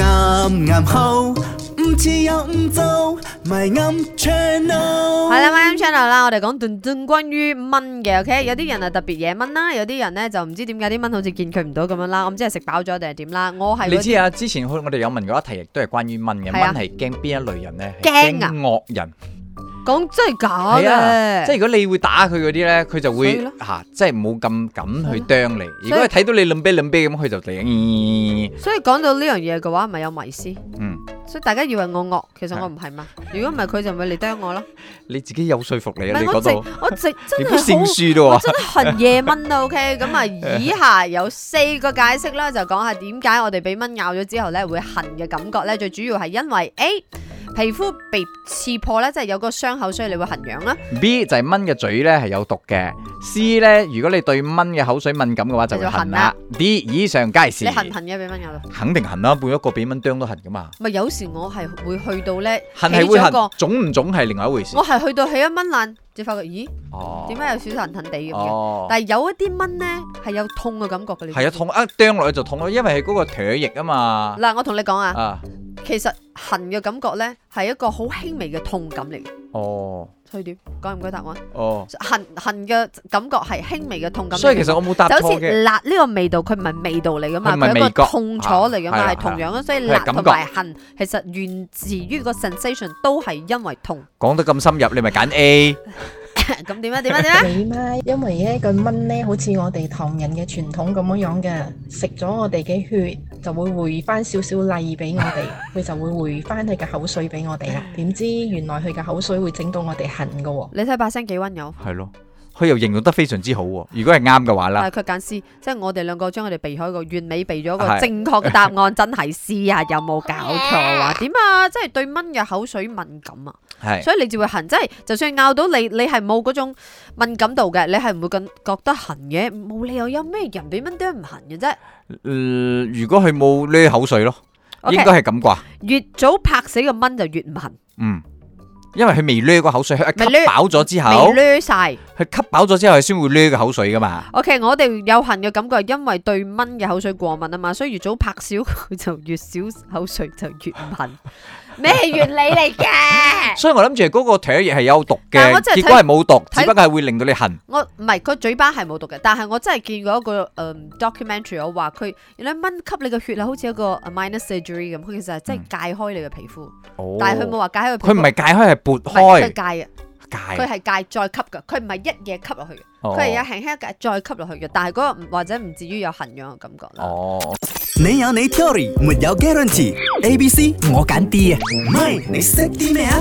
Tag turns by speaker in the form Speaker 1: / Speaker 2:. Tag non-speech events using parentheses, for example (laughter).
Speaker 1: 啱啱好，唔似又唔做，咪啱 channel。
Speaker 2: 系啦，Y M Channel 啦，我哋講段段關於蚊嘅，OK，有啲人啊特別惹蚊啦，有啲人咧就唔知點解啲蚊好似見佢唔到咁樣啦，我唔知係食飽咗定係點啦，我係
Speaker 3: 你
Speaker 2: 嗰啲
Speaker 3: 知啊，之前我哋有問過一題，亦都係關於蚊嘅。
Speaker 2: 係啊
Speaker 3: 蚊係驚邊一類人咧？
Speaker 2: 驚啊
Speaker 3: 係惡人。
Speaker 2: 講真係
Speaker 3: 係啊，
Speaker 2: 假
Speaker 3: 即
Speaker 2: 嘅，
Speaker 3: 係如果你會打佢嗰啲咧，佢就
Speaker 2: 所以
Speaker 3: 會
Speaker 2: 咯嗯
Speaker 3: 嚇，即係冇咁敢去啄你。如
Speaker 2: 所
Speaker 3: 果
Speaker 2: 以
Speaker 3: 佢睇到你冧啤冧啤咁，佢就嚟咦
Speaker 2: 所以講到呢樣嘢嘅話，咪有迷思，
Speaker 3: 嗯，
Speaker 2: 所以大家以為我惡，其實
Speaker 3: 係
Speaker 2: 我唔係嘛，如果唔係佢就唔會嚟啄我咯，
Speaker 3: 你自己有說服你
Speaker 2: 唔
Speaker 3: 啊！你
Speaker 2: 係我
Speaker 3: 嗰
Speaker 2: 直
Speaker 3: 度
Speaker 2: 我直真
Speaker 3: 你都
Speaker 2: 係
Speaker 3: 勝
Speaker 2: 好。
Speaker 3: 輸咯
Speaker 2: 我
Speaker 3: 喎。
Speaker 2: 真係恨夜蚊啊，OK，咁啊，以下有四個解釋啦，就講下點解我哋俾蚊咬咗之後咧會痕嘅感覺咧，最主要係因為 A 皮膚被刺破咧，即係有個傷口，所以你會痕癢啦，
Speaker 3: B 就係蚊嘅嘴咧係有毒嘅。C 咧，如果你對蚊嘅口水敏感嘅話，就會
Speaker 2: 就
Speaker 3: 痕
Speaker 2: 痕
Speaker 3: 啦
Speaker 2: 啦。
Speaker 3: D 以上皆是
Speaker 2: 你，痕唔痕嘅俾蚊咬到？
Speaker 3: 肯定痕啦，每一個俾蚊啄都痕噶嘛。
Speaker 2: 咪有時我係會去到咧，
Speaker 3: 痕
Speaker 2: 起
Speaker 3: 係會
Speaker 2: 咗
Speaker 3: 痕
Speaker 2: 個，，
Speaker 3: 腫唔腫係另外一回事
Speaker 2: 我。係去到起咗蚊爛，至發覺咦，
Speaker 3: 哦，
Speaker 2: 點解有少少痕痕地咁嘅？
Speaker 3: 哦，
Speaker 2: 但係有一啲蚊咧係有痛嘅感覺嘅，你知唔知
Speaker 3: 係啊，。痛啊，啄落去就痛咯，因為係嗰個唾液啊嘛。
Speaker 2: 嗱，我同你講啊，
Speaker 3: 啊，
Speaker 2: 其實痕嘅感覺咧係一個好輕微嘅痛感嚟嘅。
Speaker 3: 哦，
Speaker 2: 所以點？講唔該答案？
Speaker 3: 哦，
Speaker 2: 痕痕嘅感覺係輕微嘅痛感嚟嘅。
Speaker 3: 所以其實我冇答
Speaker 2: 就好似
Speaker 3: 錯嘅，
Speaker 2: 辣呢個味道，佢唔係味道嚟噶嘛，
Speaker 3: 佢唔係
Speaker 2: 佢係
Speaker 3: 味
Speaker 2: 一
Speaker 3: 覺
Speaker 2: 個痛楚嚟噶
Speaker 3: 啊係
Speaker 2: 嘛，
Speaker 3: 啦
Speaker 2: 係同樣嘅，所以
Speaker 3: 係
Speaker 2: 辣
Speaker 3: 感覺
Speaker 2: 同埋痕其實源自於個 sensation 都係因為痛。 (laughs)
Speaker 3: 講得咁深入，你咪揀 A。
Speaker 2: 咁點啊？點啊？點啊？
Speaker 3: (laughs)
Speaker 4: 你咩？因為咧個蚊咧，好似我哋唐人嘅傳統咁樣樣嘅，食咗我哋嘅血就會回翻少少麗俾我哋，佢就會回翻佢嘅口水俾我哋啦。點知原來佢嘅口水會整到我哋痕㗎喎、
Speaker 2: 你睇把聲幾温柔，
Speaker 3: 係咯，佢又形容得非常之好喎。如果係啱嘅話
Speaker 2: 但
Speaker 3: 啦，
Speaker 2: 係佢揀 C，即係我哋兩個將佢哋避開個完美避咗
Speaker 3: 啊係
Speaker 2: 個正確嘅答案，真
Speaker 3: (laughs)
Speaker 2: 係 C 啊！有冇搞錯啊？點啊？即係對蚊嘅口水敏感啊，
Speaker 3: 係
Speaker 2: 所以你就會痕。即係就算咬到你，你係冇嗰種敏感度嘅，你係唔會咁覺得痕嘅。冇理由有咩人俾蚊啄唔痕嘅啫。
Speaker 3: 呃如果佢冇呢口水咯，
Speaker 2: OK，
Speaker 3: 應該係咁啩。
Speaker 2: 越早拍死個蚊就越唔痕，
Speaker 3: 嗯，因為佢未掠過口水，佢
Speaker 2: 未
Speaker 3: 吸
Speaker 2: 掠
Speaker 3: 飽咗之後
Speaker 2: 未，掠晒。
Speaker 3: 佢吸飽咗之後，佢先會掠個口水噶嘛。
Speaker 2: OK，我哋有痕嘅感覺係因為對蚊嘅口水過敏啊嘛，所以越早拍少佢就越少口水就越唔
Speaker 3: (laughs)
Speaker 2: 痕。咩原理嚟嘅？
Speaker 3: 所以我諗住嗰個唾液係有毒嘅
Speaker 2: 但係我，真係
Speaker 3: 結果係冇毒，
Speaker 2: 睇
Speaker 3: 只不過係會令到你痕。
Speaker 2: 我唔係佢嘴巴係冇毒嘅，但係我真係見過一個誒、嗯 documentary，我話佢原來蚊吸你嘅血啊，好似一個 minor surgery 咁，佢其實係真係戒開你嘅皮膚，但係佢冇話戒開佢皮膚。
Speaker 3: 嗯哦佢唔係解開，係撥
Speaker 2: 唔係佢
Speaker 3: 開
Speaker 2: 係戒啊，佢
Speaker 3: 解。
Speaker 2: 係戒再吸嘅，佢唔係一嘢吸落去嘅。
Speaker 3: 哦
Speaker 2: 佢係有輕輕一格再吸落去嘅，但係嗰個唔或者唔至於有痕癢嘅感覺啦。
Speaker 3: 哦，
Speaker 1: 你有你 theory，沒有 guarantee。A、B、C 我揀 D 啊，唔係你識啲咩啊